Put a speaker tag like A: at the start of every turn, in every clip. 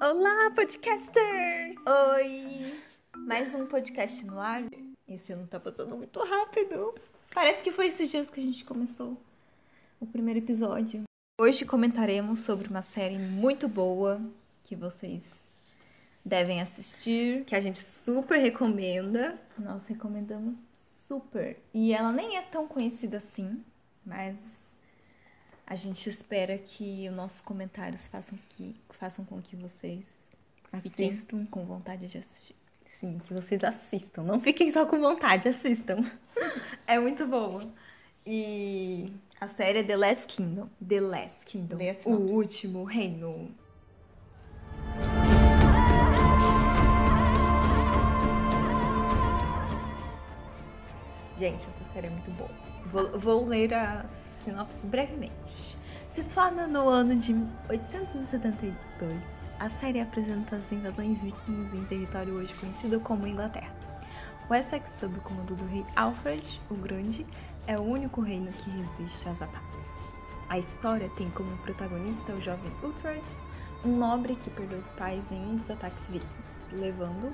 A: Olá, podcasters!
B: Oi! Mais um podcast no ar. Esse ano tá passando muito rápido. Parece que foi esses dias que a gente começou o primeiro episódio. Hoje comentaremos sobre uma série muito boa que vocês devem assistir.
A: Que a gente super recomenda.
B: Nós recomendamos super. E ela nem é tão conhecida assim, mas a gente espera que os nossos comentários façam, que, façam com que vocês fiquem
A: Assistam.
B: com vontade de assistir.
A: Assim? Sim, que vocês assistam. Não fiquem só com vontade, assistam.
B: É muito boa. E a série é The Last Kingdom.
A: The Last Kingdom.
B: Lê a
A: o
B: sinopse.
A: último reino.
B: Gente, essa série é muito boa.
A: Vou, vou ler a sinopse brevemente. Situada no ano de 872, a série apresenta as invasões vikings em território hoje conhecido como Inglaterra. Wessex, sob o comando do rei Alfred o Grande, é o único reino que resiste aos ataques. A história tem como protagonista o jovem Uhtred, um nobre que perdeu os pais em um dos ataques vikings, levando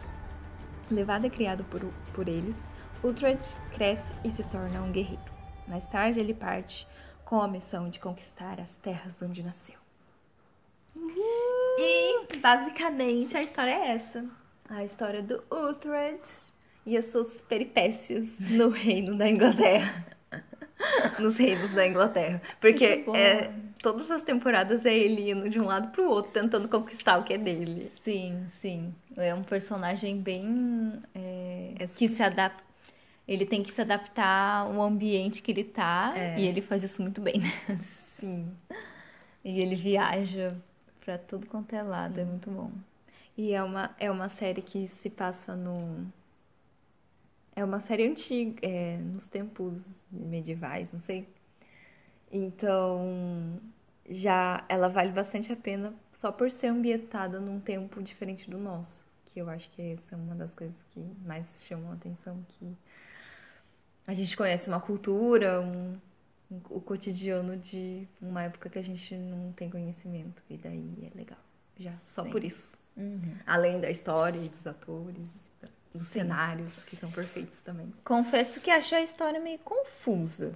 A: Levado e criado por, por eles, Uhtred cresce e se torna um guerreiro. Mais tarde, ele parte com a missão de conquistar as terras onde nasceu. E, basicamente, a história é essa. A história do Uhtred e as suas peripécias no reino da Inglaterra. Nos reinos da Inglaterra. Porque
B: Muito bom.
A: é, todas as temporadas é ele indo de um lado pro outro, tentando conquistar o que é dele.
B: Sim, sim. É um personagem bem. é, que se adapta. Ele tem que se adaptar ao ambiente que ele tá.
A: É.
B: E ele faz isso muito bem, né?
A: Sim.
B: E ele viaja pra tudo quanto é lado. É muito bom.
A: E é uma, é uma série que se passa no. É uma série antiga, é, nos tempos medievais, não sei. Então, já ela vale bastante a pena só por ser ambientada num tempo diferente do nosso, que eu acho que essa é uma das coisas que mais chamam a atenção, que a gente conhece uma cultura, um, um- o cotidiano de uma época que a gente não tem conhecimento, e daí é legal, já só por isso. Além da história e dos atores, dos cenários, que são perfeitos também.
B: Confesso que achei a história meio confusa.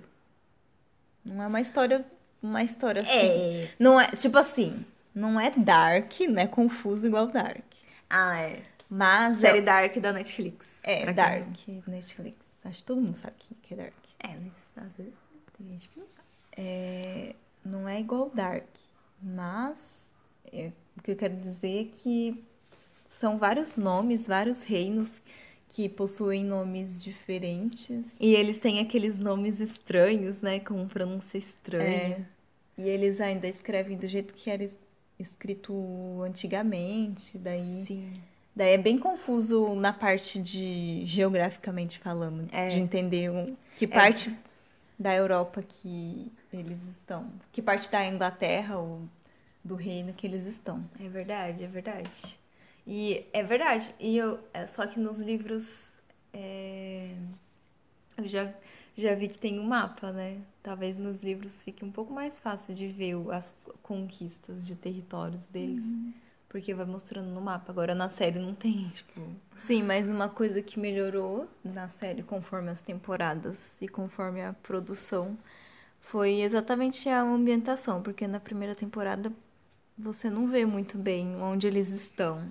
B: Não é uma história. Uma história assim.
A: É.
B: Não é. Tipo assim. Não é dark, não é confuso igual dark.
A: Ah, é.
B: Mas.
A: Série Dark da Netflix.
B: É,
A: Pra quem
B: Dark, Netflix. Acho que todo mundo sabe que- que é Dark.
A: não- É, mas às vezes né, tem gente que não sabe.
B: É, não é igual Dark, mas é, o que eu quero dizer é que são vários nomes, vários reinos que possuem nomes diferentes.
A: E eles têm aqueles nomes estranhos, né? Com pronúncia estranha.
B: E eles ainda escrevem do jeito que era es- escrito antigamente,
A: É,
B: daí,
A: Sim.
B: daí é bem confuso na parte de geograficamente falando,
A: É.
B: de entender um- que parte da Europa que eles estão, que parte da Inglaterra ou do reino que eles estão.
A: É verdade, é verdade. E é verdade. E eu, é, só que nos livros é, eu já, já vi que tem um mapa, né? Talvez nos livros fique um pouco mais fácil de ver o- as conquistas de territórios deles. Porque vai mostrando no mapa. Agora na série não tem, tipo.
B: Sim, mas uma coisa que melhorou na série conforme as temporadas e conforme a produção foi exatamente a ambientação, porque na primeira temporada você não vê muito bem onde eles estão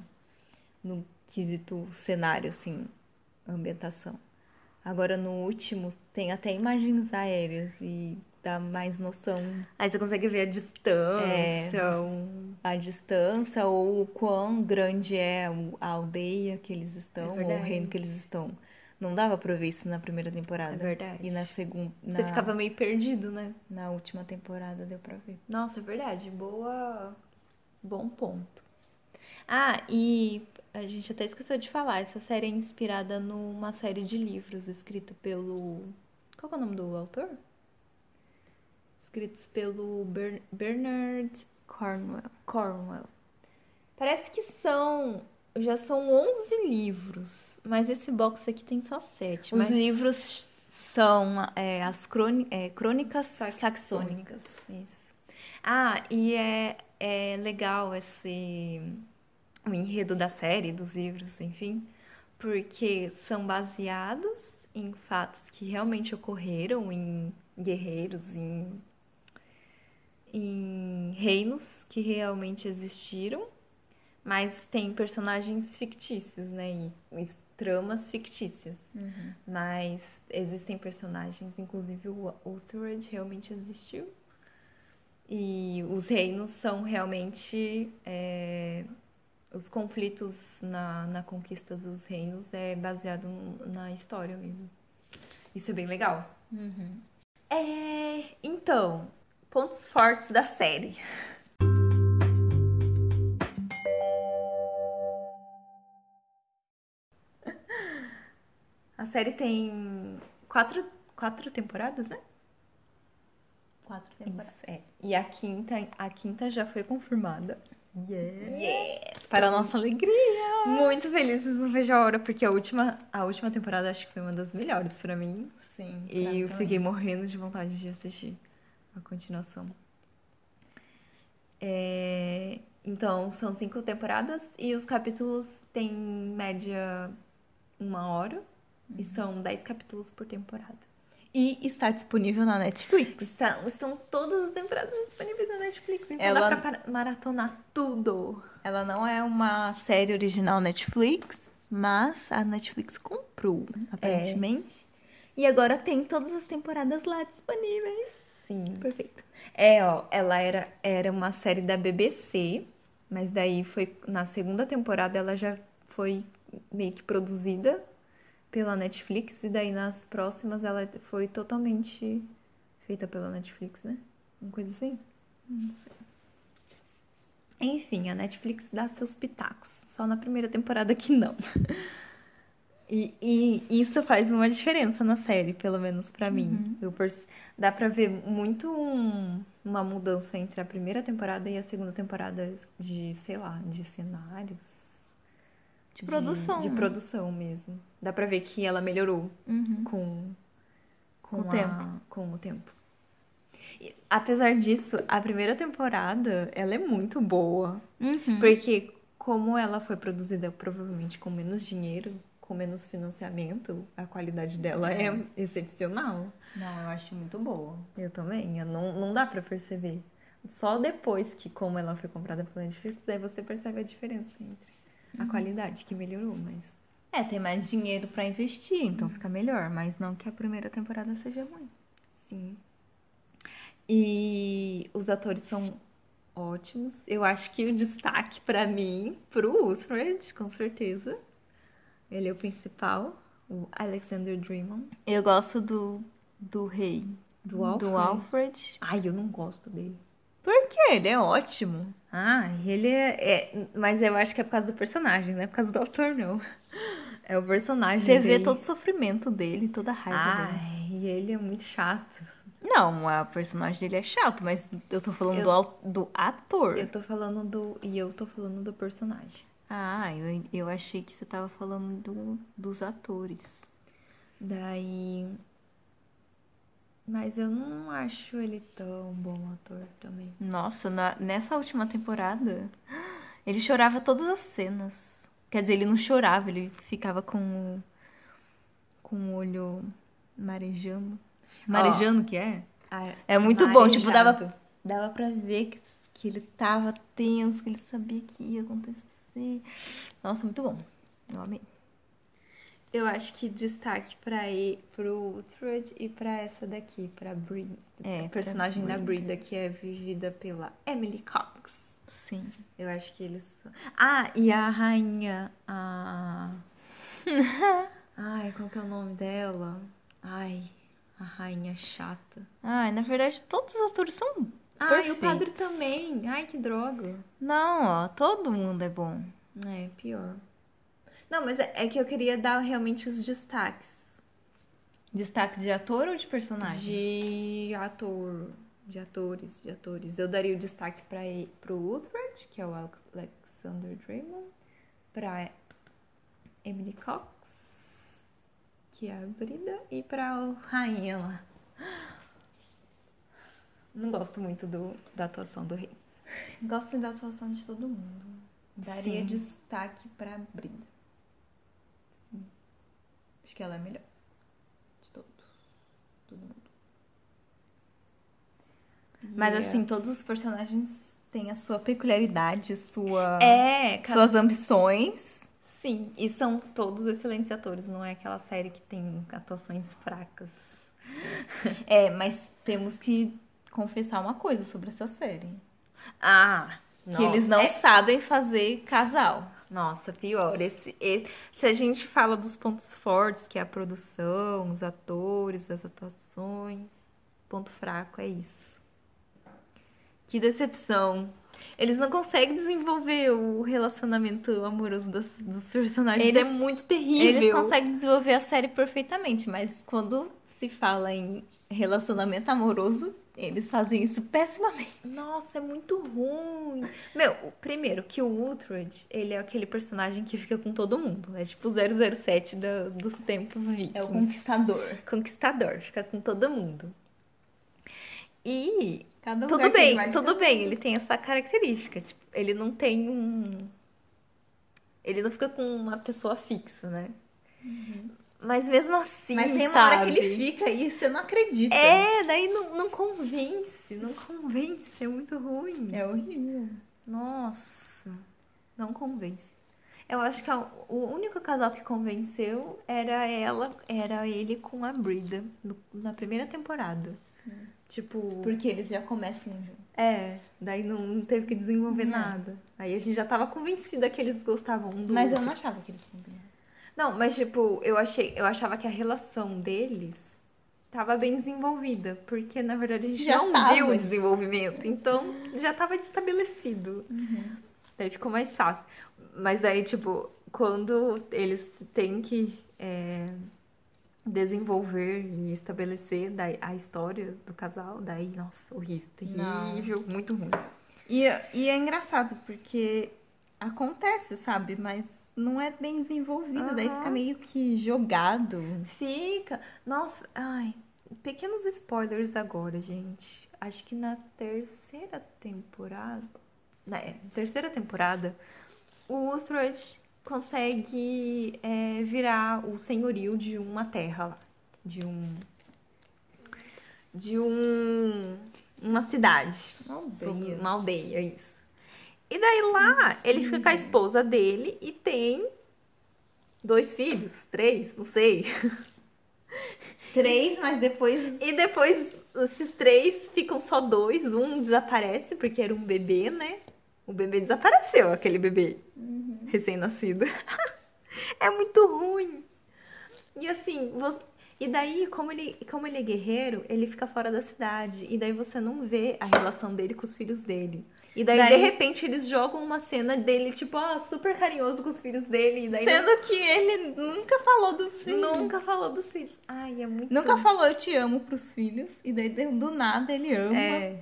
B: no quesito cenário, assim, ambientação. Agora no último tem até imagens aéreas e dá mais noção
A: Aí você consegue ver a distância. um-
B: a distância ou o quão grande é o- a aldeia que eles estão ou o
A: verdade.
B: reino que eles estão. Não dava pra ver isso na primeira temporada.
A: É verdade.
B: E na segunda,
A: Você
B: na,
A: ficava meio perdido, né?
B: na última temporada deu pra ver.
A: Nossa, é verdade. Boa. Bom ponto. Ah, e a gente até esqueceu de falar, essa série é inspirada numa série de livros escrito pelo. Qual que é o nome do autor? Escritos pelo Ber- Bernard Cornwell. Cornwell. Parece que são. Já são 11 livros, mas esse box aqui tem só 7.
B: Os livros são é, as crôni- é, crônicas saxônicas.
A: Isso. Ah, e é, é legal esse, o enredo da série, dos livros, enfim, porque são baseados em fatos que realmente ocorreram em guerreiros, em, em reinos que realmente existiram, mas tem personagens fictícios, né? E es- tramas fictícias. Mas existem personagens, inclusive o Uhtred realmente existiu. E os reinos são realmente. é, os conflitos na, na conquista dos reinos é baseado no- na história mesmo. Isso é bem legal.
B: Uhum.
A: É, então, pontos fortes da série. A série tem quatro, quatro temporadas, né?
B: Quatro temporadas.
A: Isso, é. E a quinta, a quinta já foi confirmada. Yes! Para a nossa alegria! Muito felizes, não vejo a hora, porque a última, a última temporada acho que foi uma das melhores pra mim.
B: Sim. pra
A: E eu
B: também.
A: fiquei morrendo de vontade de assistir a continuação. É, Então, são cinco temporadas e os capítulos têm em média uma hora e são dez capítulos por temporada.
B: E está disponível na Netflix.
A: Está- estão todas as temporadas disponíveis na Netflix, então
B: Ela-
A: dá pra para- maratonar tudo.
B: Ela não é uma série original Netflix, mas a Netflix comprou, aparentemente. E agora tem todas as temporadas lá disponíveis.
A: Sim.
B: Perfeito.
A: É, ó, ela era, era uma série da BBC, mas daí foi na segunda temporada ela já foi meio que produzida pela Netflix, e daí nas próximas ela foi totalmente feita pela Netflix, né? Uma coisa assim? Enfim, a Netflix dá seus pitacos, só na primeira temporada que não. E, e isso faz uma diferença na série, pelo menos pra mim.
B: Uhum.
A: Eu perce- Dá pra ver muito um- uma mudança entre a primeira temporada e a segunda temporada de, sei lá, de cenários.
B: De produção,
A: De
B: né?
A: produção mesmo. Dá pra ver que ela melhorou
B: Uhum.
A: com,
B: Com o
A: a-
B: tempo.
A: com o tempo. E, apesar disso, a primeira temporada, ela é muito boa.
B: Uhum.
A: Porque como ela foi produzida provavelmente com menos dinheiro, com menos financiamento, a qualidade dela é excepcional.
B: Não, eu acho muito boa.
A: Eu também, eu não, não dá pra perceber. Só depois que como ela foi comprada pela Netflix, aí você percebe a diferença entre a qualidade que melhorou, mas
B: É, tem mais dinheiro pra investir, então fica melhor. Mas não que a primeira temporada seja ruim.
A: Sim. E os atores são ótimos. Eu acho que o destaque pra mim, pro Uthred, com certeza. Ele é o principal, o Alexander Drummond,
B: Eu gosto do, do rei.
A: do Alfred.
B: Do Alfred.
A: Ai, eu não gosto dele.
B: Porque ele é ótimo.
A: Ah, ele é, é- Mas eu acho que é por causa do personagem, não é por causa do autor, não. É o personagem
B: Você vê
A: dele.
B: todo o sofrimento dele, toda a raiva dele.
A: Ai, e ele é muito chato.
B: Não, a personagem dele é chato, mas eu tô falando
A: Eu-
B: do, au- do ator.
A: Eu tô falando do. E eu tô falando do personagem.
B: Ah, eu, eu achei que você tava falando do- dos atores.
A: Daí. Mas eu não acho ele tão bom ator também.
B: Nossa, na- nessa última temporada, ele chorava todas as cenas. Quer dizer, ele não chorava, ele ficava com o, com o olho marejando. Marejando que é? É muito bom, tipo, dava, dava pra ver que, que ele tava tenso, que ele sabia que ia acontecer. Nossa, muito bom. Eu amei.
A: Eu acho que destaque pra ele, pro Uhtred e pra essa daqui, pra Bree. a
B: É, pra
A: personagem da
B: Bree.
A: Brida, que é vivida pela Emily Cox.
B: Sim.
A: Eu acho que eles. são- Ah, e a rainha. A. Ai, qual que é o nome dela? Ai, a rainha chata.
B: Ai, na verdade, todos os atores são
A: Ah, e o
B: perfeitos.
A: padre também. Ai, que droga.
B: Não, ó, todo mundo é bom.
A: É, pior. Não, mas é, é que eu queria dar realmente os destaques
B: Destaque de ator ou de personagem?
A: de ator, de atores, de atores. Eu daria o destaque para pro Woodward, que é o Alex- Alexander Draymond, pra Emily Cox, que é a Brida, e pra o Rainha lá. Não gosto muito do, da atuação do rei.
B: Gosto da atuação de todo mundo. Daria
A: Sim.
B: destaque pra Brida. Sim. Acho que ela é a melhor. De todos. Todo mundo. Mas
A: Yeah.
B: assim, todos os personagens têm a sua peculiaridade, Ah. sua,
A: É, cara.
B: suas ambições.
A: Sim, e são todos excelentes atores, não é aquela série que tem atuações fracas.
B: É, mas temos que confessar uma coisa sobre essa série.
A: Ah,
B: Que eles não É. sabem fazer casal.
A: Nossa, pior. Esse, e- se a gente fala dos pontos fortes, que é a produção, os atores, as atuações, ponto fraco é isso. Que decepção. Eles não conseguem desenvolver o relacionamento amoroso das- dos personagens.
B: Eles-
A: é muito terrível.
B: Eles conseguem desenvolver a série perfeitamente, mas quando se fala em relacionamento amoroso, eles fazem isso pessimamente.
A: Nossa, é muito ruim. Meu, o- primeiro que o Woodward, ele é aquele personagem que fica com todo mundo. É tipo o 007 da- dos tempos vikings.
B: É o conquistador.
A: conquistador, fica com todo mundo. E
B: Cada lugar
A: tudo
B: que ele
A: bem,
B: vai,
A: tudo bem, ele tem essa característica, tipo, ele não tem um ele não fica com uma pessoa fixa, né? Mas mesmo assim,
B: Uhum. Mas tem uma hora que ele
A: sabe?
B: fica e você não acredita.
A: É, daí não, não convence, não convence, é muito ruim.
B: É horrível.
A: Nossa, não convence. Eu acho que a- o único casal que convenceu era ela, era ele com a Brida no- na primeira temporada.
B: Hum.
A: Tipo,
B: Porque eles já começam juntos.
A: é, daí não, não teve que desenvolver
B: Não.
A: nada. Aí a gente já tava convencida que eles gostavam um do
B: Mas eu
A: outro.
B: não achava que eles combinavam.
A: Não, mas tipo, eu achei, eu achava que a relação deles tava bem desenvolvida, porque na verdade a gente
B: Já
A: não
B: tava.
A: viu o desenvolvimento, então já tava estabelecido.
B: Uhum.
A: Daí ficou mais fácil. Mas aí, tipo, quando eles têm que é, desenvolver e estabelecer daí, a história do casal, daí, nossa, horrível,
B: Não.
A: terrível, muito ruim.
B: E, e é engraçado, porque acontece, sabe? Mas não é bem desenvolvido, daí
A: Aham.
B: fica meio que jogado.
A: Fica. Nossa, ai. Pequenos spoilers agora, gente. Acho que na terceira temporada. Na é, terceira temporada, o Uhtred consegue é, virar o senhorio de uma terra lá. De um. De um. Uma cidade. tipo,
B: Aldeia.
A: Uma aldeia, isso. E daí lá, ele fica com a esposa dele e tem dois filhos, três, não sei.
B: Três, mas depois.
A: E depois esses três ficam só dois, um desaparece porque era um bebê, né? O bebê desapareceu, aquele bebê
B: Uhum.
A: recém-nascido. é muito ruim. E assim, você- e daí, como ele, como ele é guerreiro, ele fica fora da cidade. E daí você não vê a relação dele com os filhos dele. E daí, de
B: Daí-
A: repente, eles jogam uma cena dele, tipo, ó, super carinhoso com os filhos dele. E daí
B: Sendo que ele nunca falou dos filhos.
A: não- nunca falou dos filhos. Ai, é muito
B: Nunca falou eu te amo pros filhos. E daí de- do nada ele ama.
A: É.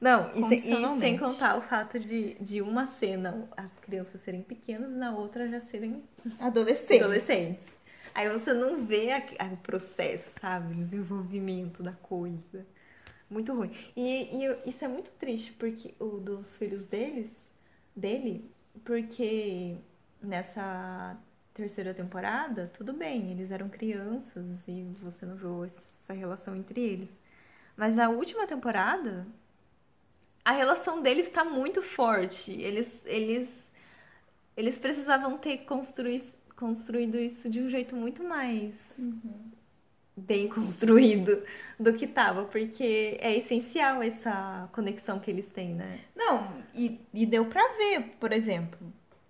A: Não, e sem- e sem,
B: Condicionalmente.
A: contar o fato de, de uma cena as crianças serem pequenas e na outra já serem
B: Adolescente.
A: adolescentes. Aí você não vê a- a- o processo, sabe? O desenvolvimento da coisa. Muito ruim. E, e eu- isso é muito triste, porque o dos filhos deles, dele, porque nessa terceira temporada, tudo bem, eles eram crianças e você não viu essa relação entre eles. Mas na última temporada, a relação deles está muito forte. Eles, eles, eles precisavam ter construí- construído isso de um jeito muito mais
B: Uhum.
A: bem construído do que tava, porque é essencial essa conexão que eles têm, né?
B: Não, e, e deu pra ver, por exemplo.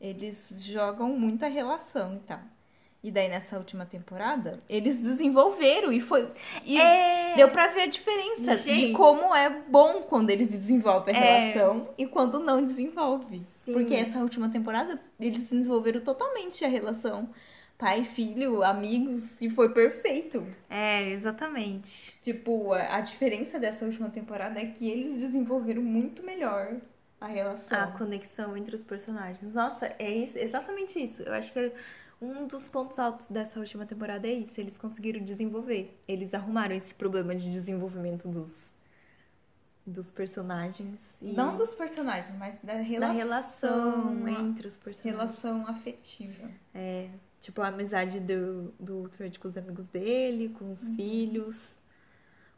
B: Eles jogam muito a relação e tal. E daí nessa última temporada, eles desenvolveram e foi. E
A: É!
B: deu pra ver a diferença de
A: Gente.
B: como é bom quando eles desenvolvem a
A: É.
B: relação e quando não desenvolve.
A: Sim.
B: Porque essa última temporada, eles desenvolveram totalmente a relação pai, filho, amigos, e foi perfeito.
A: É, exatamente.
B: Tipo, a a diferença dessa última temporada é que eles desenvolveram muito melhor a relação.
A: A conexão entre os personagens. Nossa, é is- exatamente isso. Eu acho que é um dos pontos altos dessa última temporada é isso. Eles conseguiram desenvolver. Eles arrumaram esse problema de desenvolvimento dos, dos personagens. E
B: Não dos personagens, mas da
A: da
B: relação.
A: relação
B: a-
A: entre os personagens.
B: relação afetiva.
A: É, tipo, a amizade do, do Fred com os amigos dele, com
B: Uhum.
A: os filhos,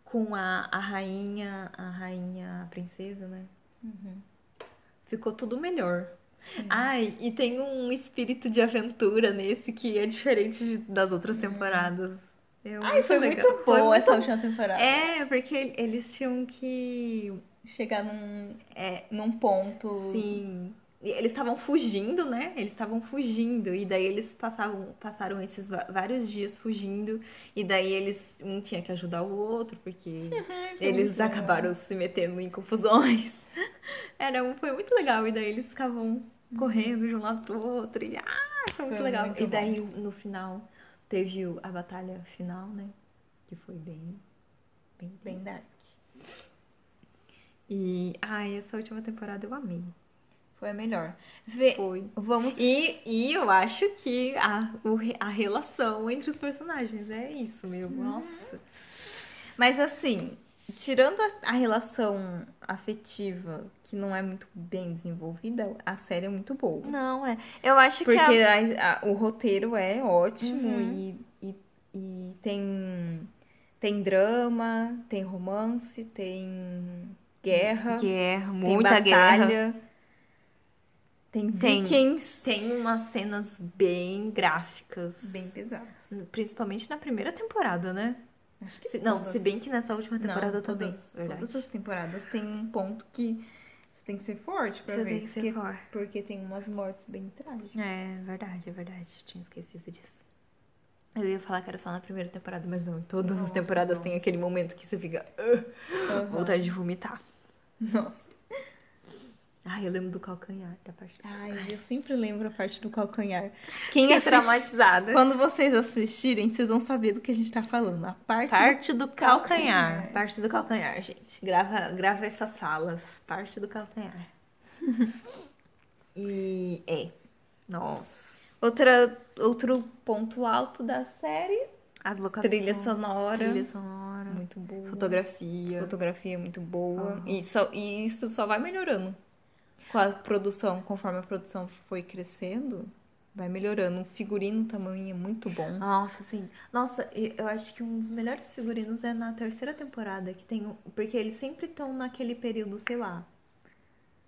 A: com a, a rainha, a rainha, a princesa, né?
B: Uhum.
A: Ficou tudo melhor. Ai, e tem um espírito de aventura nesse que é diferente de- das outras temporadas. É
B: Uhum. Ai, foi
A: legal.
B: muito
A: Foi
B: boa
A: muito-
B: essa última temporada.
A: É, porque eles tinham que
B: Chegar num, é, num ponto.
A: Sim. E Eles estavam fugindo, né? Eles estavam fugindo. E daí eles passavam, passaram esses va- vários dias fugindo. E daí eles, um tinha que ajudar o outro, porque eles
B: muito legal.
A: acabaram se metendo em confusões. Era, um- foi muito legal. E daí eles ficavam correndo de um lado pro outro. E ah, foi muito
B: Foi
A: legal.
B: muito
A: e daí no final teve o- a batalha final, né? Que foi bem. Bem,
B: Bem
A: tensa.
B: dark.
A: E, ai, essa última temporada eu amei.
B: Foi a melhor. Vê,
A: Foi.
B: vamos.
A: E, e eu acho que a, o re- a relação entre os personagens é isso, meu. Nossa.
B: Mas assim, tirando a, a relação afetiva, que não é muito bem desenvolvida, a série é muito boa.
A: Não, é. Eu acho
B: Porque
A: que.
B: a- a- o roteiro é ótimo
A: Uhum.
B: e, e, e tem, tem drama, tem romance, tem guerra,
A: Guerra,
B: tem
A: muita
B: batalha,
A: guerra.
B: tem
A: Tem.
B: vikings.
A: Tem umas cenas bem gráficas.
B: Bem pesadas.
A: Principalmente na primeira temporada, né?
B: Acho que
A: Se- não,
B: todas.
A: se bem que nessa última
B: Não,
A: temporada também.
B: todas,
A: verdade.
B: todas as temporadas tem um ponto que você tem que ser forte pra
A: Você
B: ver.
A: tem que ser
B: porque,
A: forte.
B: porque tem umas mortes bem trágicas.
A: É, verdade, é verdade. Tinha esquecido disso. Eu ia falar que era só na primeira temporada, mas não. Em todas as
B: Nossa,
A: temporadas
B: não.
A: tem aquele momento que você fica. "Ugh",
B: Aham.
A: Vontade de vomitar.
B: Nossa.
A: Ai, eu lembro do calcanhar, da parte.
B: Ai, eu sempre lembro a parte do calcanhar. Quem é
A: Fiquei
B: assiste-
A: traumatizada.
B: Quando vocês assistirem, vocês vão saber do que a gente tá falando. A parte.
A: Parte do calcanhar.
B: calcanhar.
A: Parte do calcanhar, gente. Grava, grava essas salas. Parte do calcanhar. e é. Nossa.
B: Outra, outro ponto alto da série.
A: As locações.
B: Trilha sonora.
A: Trilha sonora.
B: Muito boa.
A: Ah, Fotografia. Ah.
B: Fotografia é muito boa. E, só- e isso só vai melhorando. Com a produção, conforme a produção foi crescendo, vai melhorando. O figurino também é muito bom.
A: Nossa, sim. Ah, Nossa, e eu acho que um dos melhores figurinos é na terceira temporada, que tem um- porque eles sempre estão naquele período, sei lá,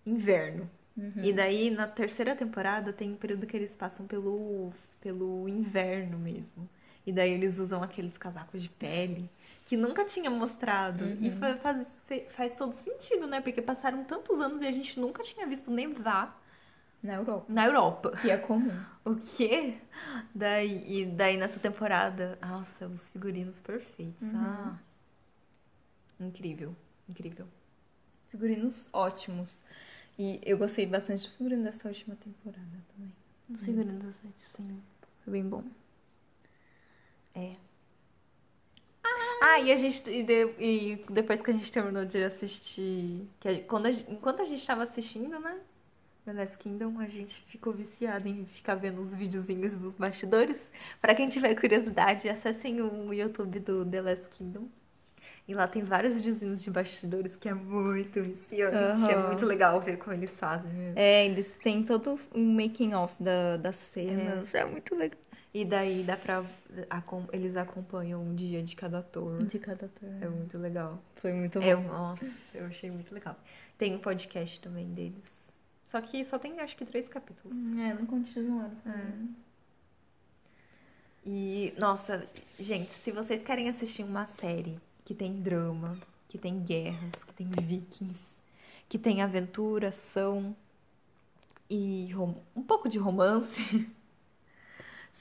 A: inverno.
B: Uhum.
A: E daí na terceira temporada tem um período que eles passam pelo pelo inverno mesmo. E daí eles usam aqueles casacos de pele que nunca tinha mostrado. E fa- faz, fe- faz todo sentido, né? Porque passaram tantos anos e a gente nunca tinha visto nevar
B: Na Europa.
A: na Europa.
B: Que é comum.
A: O quê? Daí, e daí nessa temporada, nossa, os figurinos perfeitos.
B: Uhum.
A: Ah. Incrível, incrível.
B: Figurinos ótimos. E eu gostei bastante do figurino dessa última temporada também.
A: Os figurinos da sete, sim. Uhum. Foi bem bom. É. Ah, e a gente. E, de- e depois que a gente terminou de assistir. Que a- quando a gen- enquanto a gente tava assistindo, né? The Last Kingdom, a gente ficou viciado em ficar vendo os videozinhos dos bastidores. Pra quem tiver curiosidade, acessem o YouTube do The Last Kingdom. E lá tem vários videozinhos de bastidores que é muito viciante. É
B: Aham.
A: muito legal ver como eles fazem. né?
B: É, eles têm todo um making off da, das cenas. É. muito legal.
A: E daí dá pra. acom- Eles acompanham um dia de cada ator.
B: De cada ator.
A: É muito legal.
B: Foi muito
A: É,
B: bom.
A: nossa, eu achei muito legal. Tem um podcast também deles. Só que só tem acho que três capítulos.
B: É, não continuaram.
A: E, nossa, gente, se vocês querem assistir uma série que tem drama, que tem guerras, que tem vikings, que tem aventura, ação e rom- um pouco de romance,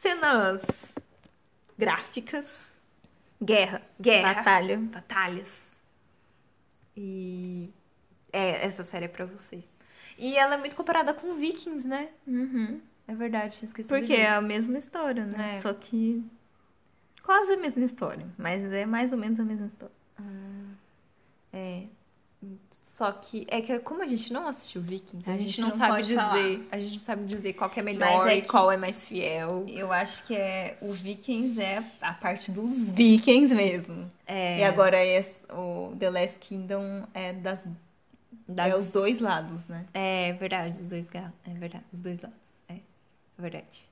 A: cenas gráficas, guerra,
B: É.
A: guerra,
B: Batalha.
A: batalhas. E é, essa série é pra você. E ela é muito comparada com Vikings, né?
B: Uhum.
A: É verdade, tinha esquecido
B: Porque é a
A: disso.
B: mesma história, né?
A: É.
B: Só que. Quase a mesma história, mas é mais ou menos a mesma história.
A: É.
C: Só que é que como a gente não assistiu Vikings, a,
B: A
C: gente,
B: gente
C: não,
B: não
C: sabe
B: pode
C: dizer,
B: falar.
C: a gente não sabe dizer qual que é melhor
B: Mas é
C: e
B: que-
C: qual é mais fiel.
B: Eu acho que é o Vikings é a parte dos Vikings mesmo.
A: É,
B: E agora é o The Last Kingdom é das
A: Das-
B: é os dois lados, né?
A: é verdade, os dois ga- É verdade, os dois lados. É, é verdade.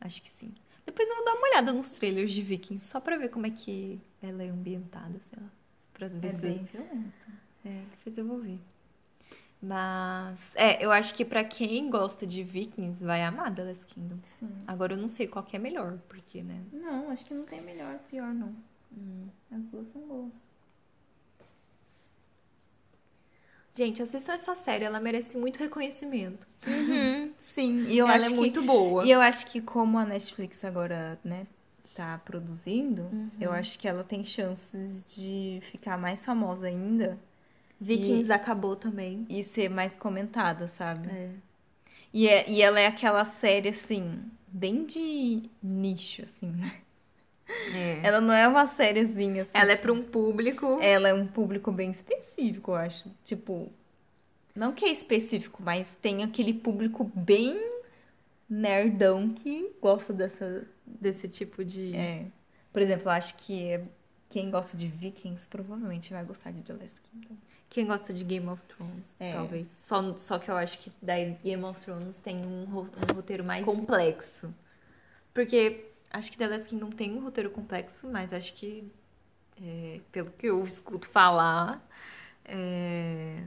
A: Acho que sim. Depois eu vou dar uma olhada nos trailers de Vikings, só pra ver como é que ela é ambientada, sei lá. Pra ver se.
B: É violento.
A: É, depois eu vou ver. Mas, é, eu acho que pra quem gosta de Vikings, vai amar The Last Kingdom.
B: Sim.
A: Agora eu não sei qual que é melhor, porque, né? hum,
B: Não, acho que não tem melhor, pior não. As duas são boas.
A: Gente, assistam essa série, ela merece muito reconhecimento.
B: Sim, e eu
A: ela
B: acho
A: é
B: que
A: muito boa.
B: E eu acho que como a Netflix agora, né, tá produzindo, eu
A: Uhum.
B: acho que ela tem chances de ficar mais famosa ainda
A: Vikings acabou também.
B: e ser mais comentada, sabe?
A: É.
B: E, é- e ela é aquela série, assim, bem de nicho, assim, né?
A: É.
B: Ela não é uma sériezinha, assim.
A: Ela é
B: tipo,
A: pra um público.
B: Ela é um público bem específico, eu acho. Tipo, não que é específico, mas tem aquele público bem nerdão que gosta dessa, desse tipo de. É. Por exemplo, eu acho que é- quem gosta de Vikings provavelmente vai gostar de The Last Kingdom.
A: Quem gosta de Game of Thrones,
B: É.
A: talvez. Só, só que eu acho que da Game of Thrones tem um, ro- um roteiro mais complexo. Porque acho que The Last Kingdom tem um roteiro complexo, mas acho que, é, pelo que eu escuto falar, é,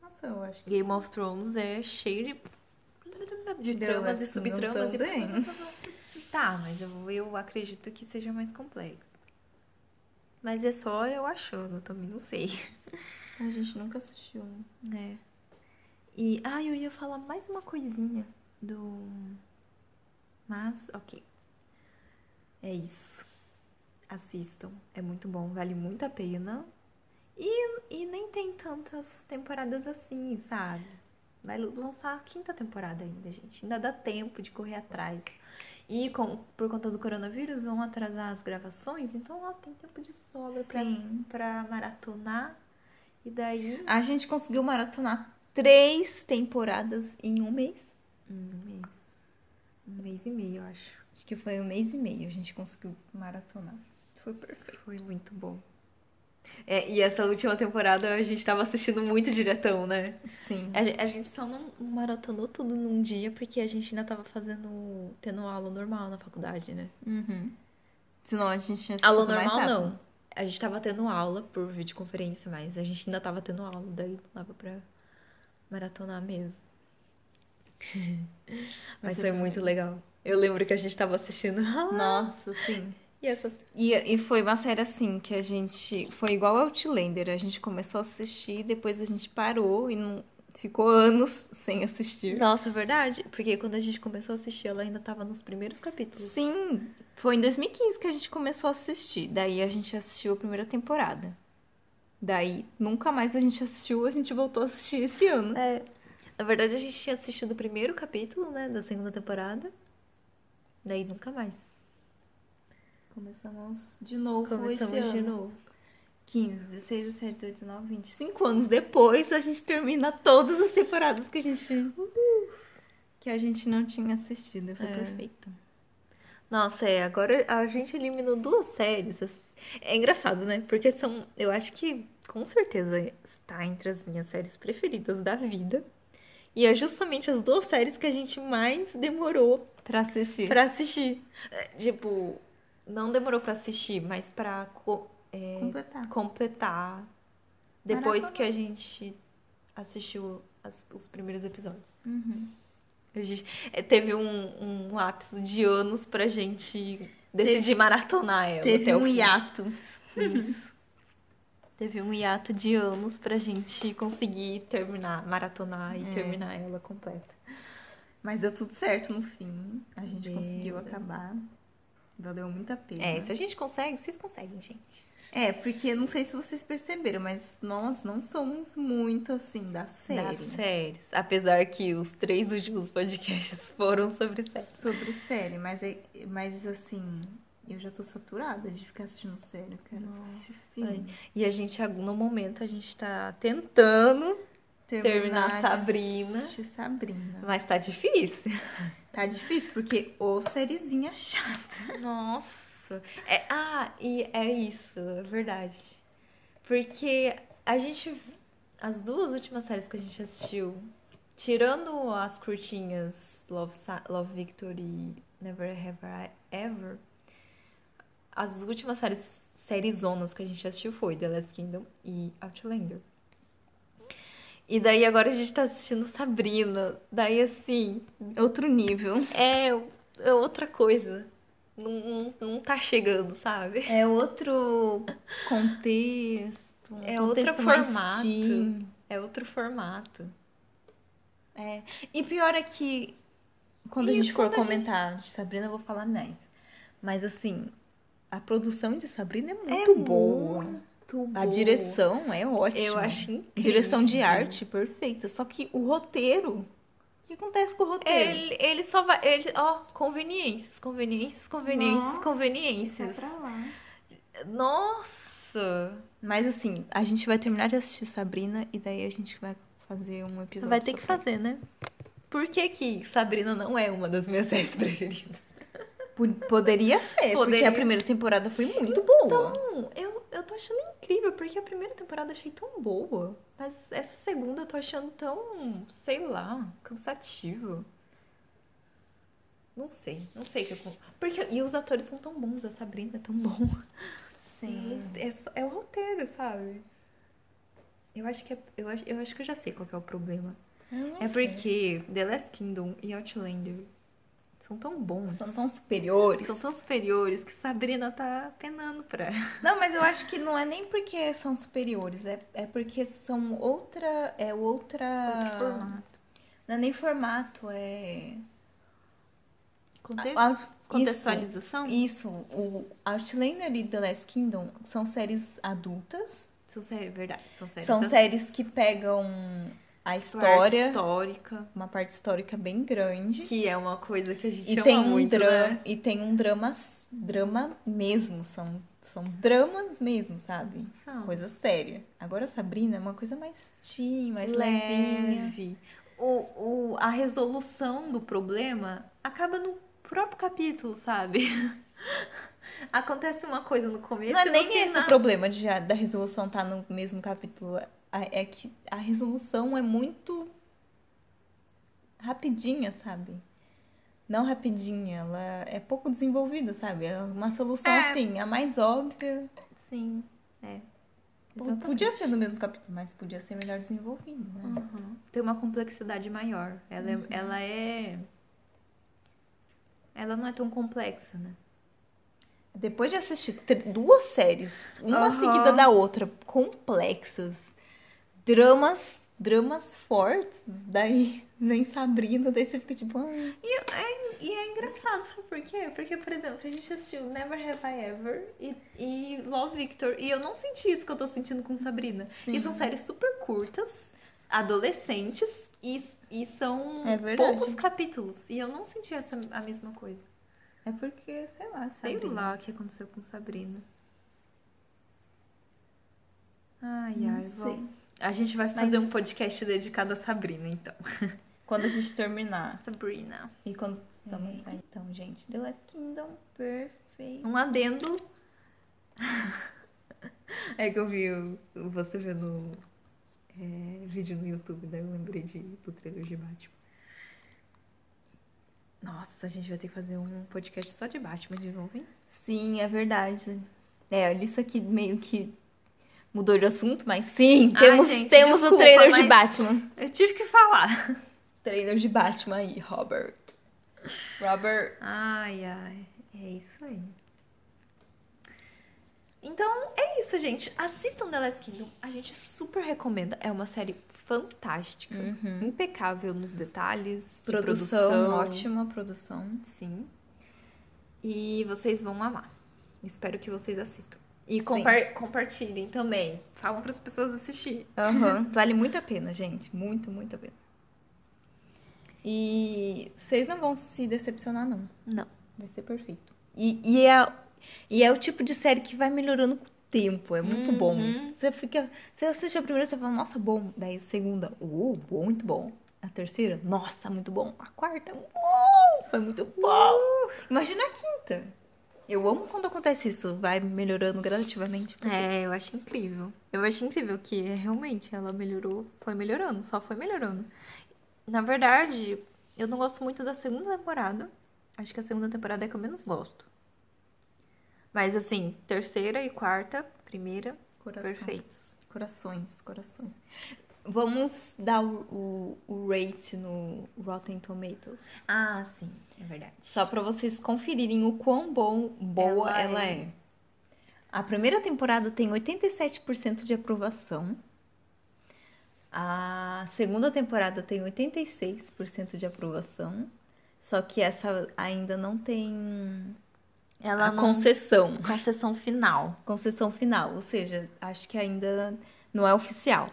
B: Nossa, eu acho que.
A: Game of Thrones é cheio de, de
B: The
A: tramas
B: Last
A: e
B: Kingdom
A: subtramas.
B: também.
A: E... Tá, mas eu, eu acredito que seja mais complexo. Mas é só eu achando, eu também não sei.
B: A gente nunca assistiu. né?
A: É. E, ah, eu ia falar mais uma coisinha do. Mas, ok. É isso. Assistam. É muito bom, vale muito a pena. E, e nem tem tantas temporadas assim, sabe? Vai lançar a quinta temporada ainda, gente. Ainda dá tempo de correr atrás. E com- por conta do coronavírus, vão atrasar as gravações, então ó, tem tempo de sobra pra,
B: Sim.
A: pra maratonar. E daí.
B: A gente conseguiu maratonar três temporadas em um mês.
A: Um mês. Um mês e meio, eu acho.
B: Acho que foi um mês e meio a gente conseguiu maratonar. Foi perfeito.
A: Foi muito bom. É, e essa última temporada a gente tava assistindo muito diretão, né?
B: Sim.
A: A, ge- a gente só não não maratonou tudo num dia porque a gente ainda tava fazendo. tendo aula normal na faculdade, né?
B: Uhum. Senão a gente tinha
A: Aula
B: assistido mais
A: normal
B: rápido.
A: não. A gente tava tendo aula por videoconferência, mas a gente ainda tava tendo aula, daí não dava pra maratonar mesmo. mas é foi muito legal. Eu lembro que a gente tava assistindo.
B: Nossa, sim.
A: e essa
B: E, e foi uma série assim que a gente. Foi igual Outlander. A gente começou a assistir, depois a gente parou e não- ficou anos sem assistir.
A: Nossa, é verdade? Porque quando a gente começou a assistir, ela ainda tava nos primeiros capítulos.
B: Sim, foi em 2015 que a gente começou a assistir. Daí a gente assistiu a primeira temporada. Daí nunca mais a gente assistiu, a gente voltou a assistir esse ano.
A: É. Na verdade, a gente tinha assistido o primeiro capítulo, né, da segunda temporada. Daí nunca mais.
B: Começamos de novo esse
A: Começamos
B: ano.
A: de novo.
B: 15, 16, 17, 18, 19, 20. 5 anos depois, a gente termina todas as temporadas que a gente. Que a gente não tinha assistido. Foi
A: É.
B: perfeito.
A: Nossa, é, agora a gente eliminou duas séries. assim. É engraçado, né? Porque são, eu acho que com certeza está entre as minhas séries preferidas da vida. E é justamente as duas séries que a gente mais demorou
B: Pra assistir.
A: Pra assistir. É, Tipo, não demorou pra assistir, mas pra co- é,
B: completar.
A: completar depois
B: Maratonar.
A: que a gente assistiu as- os primeiros episódios.
B: Uhum.
A: A gente é, teve um, um lapso de anos pra gente decidir maratonar ela.
B: Teve
A: É, até o
B: um
A: fim.
B: hiato.
A: Isso. Teve um hiato de anos pra gente conseguir terminar, maratonar e
B: É.
A: terminar ela completa.
B: Mas deu tudo certo no fim. A gente
A: Deu.
B: conseguiu acabar. Valeu muito a pena.
A: É, se a gente consegue, vocês conseguem, gente.
B: É, porque não sei se vocês perceberam, mas nós não somos muito assim da série.
A: Das séries. Apesar que os três últimos podcasts foram sobre séries.
B: Sobre série, mas, é- mas assim, Eu já tô saturada de ficar assistindo série, eu quero
D: Nossa.
B: assistir filme.
A: E a gente, no momento, a gente tá tentando, Terminar
B: de
A: Sabrina.
B: assistir Sabrina.
A: mas tá difícil.
B: Tá difícil, porque ô sériezinha chata.
A: Nossa. É- ah, e é isso, é verdade. Porque a gente. As duas últimas séries que a gente assistiu, tirando as curtinhas Love, Sa- Love Victor e Never Have I Ever, as últimas séries, séries zonas que a gente assistiu foi The Last Kingdom e Outlander. E daí agora a gente tá assistindo Sabrina. Daí assim,
B: Outro nível.
A: é, é outra coisa. Não, não, não tá chegando, sabe?
B: É outro contexto. um
A: É outro
B: contexto mais
A: formato.
B: teen.
A: É outro formato.
B: É. E pior é que quando a
A: E
B: gente for
A: quando a
B: comentar de Sabrina, eu vou falar mais. Mas assim, a produção de Sabrina é muito
A: Muito
B: boa. A direção é ótima.
A: Eu acho incrível.
B: Direção de arte, perfeita. Só que o roteiro. O que acontece com o roteiro?
A: Ele, ele só vai. Ele, ó, conveniências, conveniências, conveniências,
B: Nossa,
A: conveniências.
B: é lá.
A: Nossa!
B: Mas assim, a gente vai terminar de assistir Sabrina e daí a gente vai fazer um episódio.
A: Vai ter que
B: sobre.
A: fazer, né? Por que, que Sabrina não é uma das minhas séries preferidas?
B: Po- Poderia Então, ser, porque
A: Poderia.
B: a primeira temporada foi muito boa.
A: Não, Então, eu, eu tô achando incrível, porque a primeira temporada eu achei tão boa. Mas essa segunda eu tô achando tão, sei lá, cansativo. Não sei, não sei o que eu... Porque, e os atores são tão bons, a Sabrina é tão bom. É, só- é o roteiro, sabe? Eu acho, que é- eu, acho, eu acho que eu já sei qual que é o problema. é porque The Last Kingdom e Outlander são tão bons.
B: São tão superiores.
A: são tão superiores que Sabrina tá penando pra.
B: Não, mas eu acho que não é nem porque são superiores, é, é porque são outra. É outra.
A: Outro formato.
B: Não é nem formato, é.
A: Contexto?
B: Ah, isso.
A: contextualização?
B: Isso, o Outlander e The Last Kingdom são séries adultas.
A: São séries, verdade. São séries.
B: são
A: adultas.
B: séries que pegam a
A: Uma arte
B: história,
A: histórica.
B: uma parte histórica bem grande.
A: Que é uma coisa que a gente
B: E
A: ama
B: tem, um
A: muito,
B: dra-
A: né?
B: e tem um drama, drama mesmo, são, são dramas mesmo, sabe?
A: São.
B: Coisa séria. Agora a Sabrina é uma coisa mais teen, mais levinha.
A: leve. O, o, a resolução do problema acaba no próprio capítulo, sabe? Acontece uma coisa no começo
B: Não é
A: e no
B: nem
A: final.
B: esse o problema de, a- da resolução estar no mesmo capítulo. A- É que a resolução é muito rapidinha, sabe? Não rapidinha, ela é pouco desenvolvida, sabe? É uma solução
A: É.
B: assim, a mais óbvia.
A: Sim, é.
B: Pô,
A: Exatamente.
B: Podia ser no mesmo capítulo, mas podia ser melhor desenvolvido, né?
A: Uhum. Tem uma complexidade maior. Ela, é-
B: Uhum.
A: ela é... Ela não é tão complexa, né?
B: Depois de assistir tr- duas séries, uma
A: Aham.
B: seguida da outra, complexas, dramas, dramas fortes, daí nem Sabrina, daí você fica tipo, "Ai,
A: E é, e é engraçado, sabe por quê? Porque, por exemplo, a gente assistiu Never Have I Ever e, e Love Victor, e eu não senti isso que eu tô sentindo com Sabrina. E são séries super curtas, adolescentes, e, e são
B: É verdade.
A: poucos capítulos. E eu não senti essa, a mesma coisa.
B: é porque, sei lá,
A: Sei
B: Sabrina.
A: lá o que aconteceu com Sabrina. Ai,
B: Não
A: ai,
B: sei.
A: vamos. A gente vai fazer um podcast dedicado a Sabrina, então.
B: Quando a gente terminar.
A: Sabrina.
B: E quando também sair. Então, gente, The Last Kingdom, perfeito.
A: Um adendo. É que eu vi o- você vendo é, vídeo no YouTube, daí eu lembrei de, do trailer de Batman. Nossa, a gente vai ter que fazer um podcast só de Batman de novo, hein?
B: Sim, é verdade. É, a Alissa aqui meio que mudou de assunto, mas sim, temos,
A: gente,
B: temos o
A: desculpa,
B: trailer de
A: mas-
B: Batman.
A: Eu tive que falar.
B: Trailer de Batman aí, Robert. Robert.
A: Ai, ai. É isso aí. Então, é isso, gente. Assistam The Last Kingdom. A gente super recomenda. É uma série fantástica. Impecável nos detalhes. de
B: Uhum. Produção,
A: Uhum. produção.
B: ótima produção.
A: Sim. E vocês vão amar. Espero que vocês assistam. E
B: Sim.
A: compar- compartilhem também. Falam para as pessoas assistirem.
B: Vale muito a pena, gente. Muito, muito a pena. E vocês não vão se decepcionar, não.
A: Não.
B: Vai ser perfeito. E, e é, E é o tipo de série que vai melhorando com o tempo. É
A: Uhum.
B: muito bom. Você fica. Você assiste a primeira, você fala, nossa, bom. Daí a segunda, uh, bom, muito bom. A terceira, nossa, muito bom. A quarta, uou, foi muito bom.
A: Uh.
B: Imagina a quinta. Eu amo quando acontece isso, vai melhorando gradativamente.
A: É, eu acho incrível. Eu acho incrível que é, realmente ela melhorou, foi melhorando, só foi melhorando. Na verdade, eu não gosto muito da segunda temporada. Acho que a segunda temporada é que eu menos gosto. Mas assim, terceira e quarta, primeira,
B: Coração.
A: perfeitos.
B: Corações, corações. Vamos dar o, o, o rate no Rotten Tomatoes.
A: Ah, sim, é verdade.
B: Só pra vocês conferirem o quão bom, boa
A: Ela
B: ela,
A: é.
B: é. A primeira temporada tem 87% de aprovação. A segunda temporada tem 86% de aprovação. Só que essa ainda não tem
A: Ela
B: a
A: não
B: concessão.
A: concessão final.
B: Concessão final, ou seja, acho que ainda não é oficial.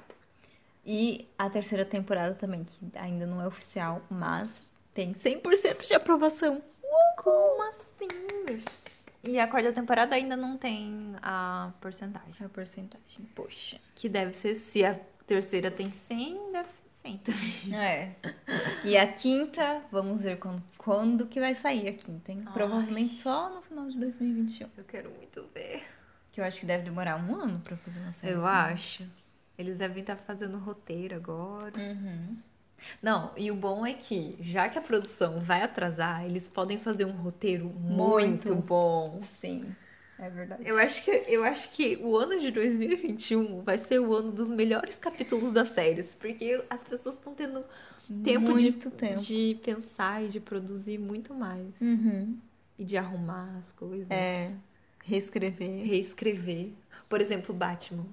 B: E a terceira temporada também, que ainda não é oficial, mas tem 100% de aprovação.
A: Como assim? E a quarta temporada ainda não tem a porcentagem.
B: A porcentagem, poxa.
A: Que deve ser, se a terceira tem 100, deve ser 100 também.
B: É. E a quinta, vamos ver quando, quando que vai sair a quinta, hein?
A: Ai.
B: Provavelmente só no final de 2021.
A: Eu quero muito ver.
B: Que eu acho que deve demorar um ano pra fazer uma série.
A: Eu
B: assim.
A: acho. Eles devem estar fazendo roteiro agora.
B: Uhum.
A: Não, e o bom é que, já que a produção vai atrasar, eles podem fazer um roteiro muito,
B: Muito
A: bom.
B: Sim, é verdade.
A: Eu acho, que, eu acho que o ano de 2021 vai ser o ano dos melhores capítulos das séries, porque as pessoas estão tendo tempo,
B: Muito
A: de,
B: tempo.
A: de pensar e de produzir muito mais.
B: Uhum.
A: E de arrumar as coisas.
B: É, reescrever.
A: Reescrever. Por exemplo, Batman.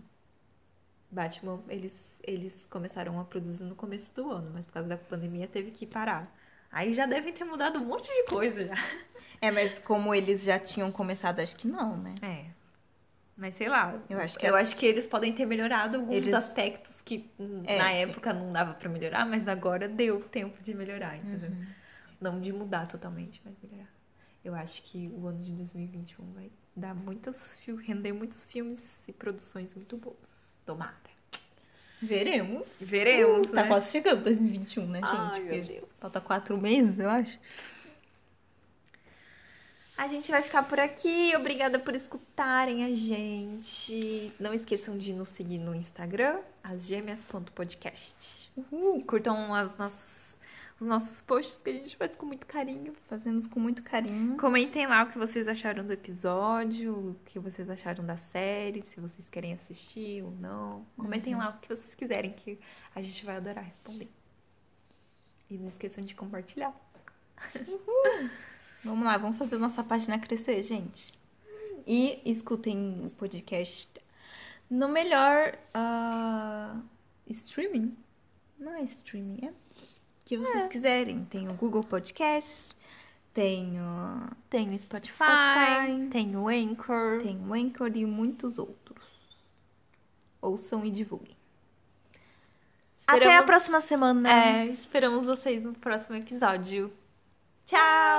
A: Batman, eles, eles começaram a produzir no começo do ano, mas por causa da pandemia teve que parar. Aí já devem ter mudado um monte de coisa já.
B: É, mas como eles já tinham começado, acho que não, né?
A: É. Mas sei lá.
B: Eu acho que
A: eu
B: as-
A: acho que eles podem ter melhorado alguns
B: Eles-
A: aspectos que hum,
B: É,
A: na
B: sim.
A: época não dava pra melhorar, mas agora deu tempo de melhorar, entendeu?
B: Uhum.
A: Não de mudar totalmente, mas melhorar. Eu acho que o ano de 2021 vai dar muitos filmes, render muitos filmes e produções muito boas. Tomara.
B: Veremos.
A: Veremos,
B: Tá
A: né?
B: quase chegando 2021, né, gente?
A: Ai, meu
B: Porque
A: Deus.
B: Falta quatro meses, eu acho.
A: A gente vai ficar por aqui. Obrigada por escutarem a gente. Não esqueçam de nos seguir no Instagram, asgêmeas.podcast. Uhul. Curtam as nossas- os nossos posts que a gente faz com muito carinho.
B: Fazemos com muito carinho.
A: Comentem lá o que vocês acharam do episódio, o que vocês acharam da série, se vocês querem assistir ou não. Comentem lá o que vocês quiserem, que a gente vai adorar responder. E não esqueçam de compartilhar.
B: Vamos lá, vamos fazer nossa página crescer, gente. E escutem o podcast no melhor ah, streaming. Não é streaming, é que vocês quiserem. Tem o Google Podcast, tem o
A: Tem o Spotify, tem o Anchor.
B: Tem o Anchor e muitos outros. Ouçam e divulguem.
A: Até a
B: próxima semana.
A: É, esperamos vocês no próximo episódio. Tchau!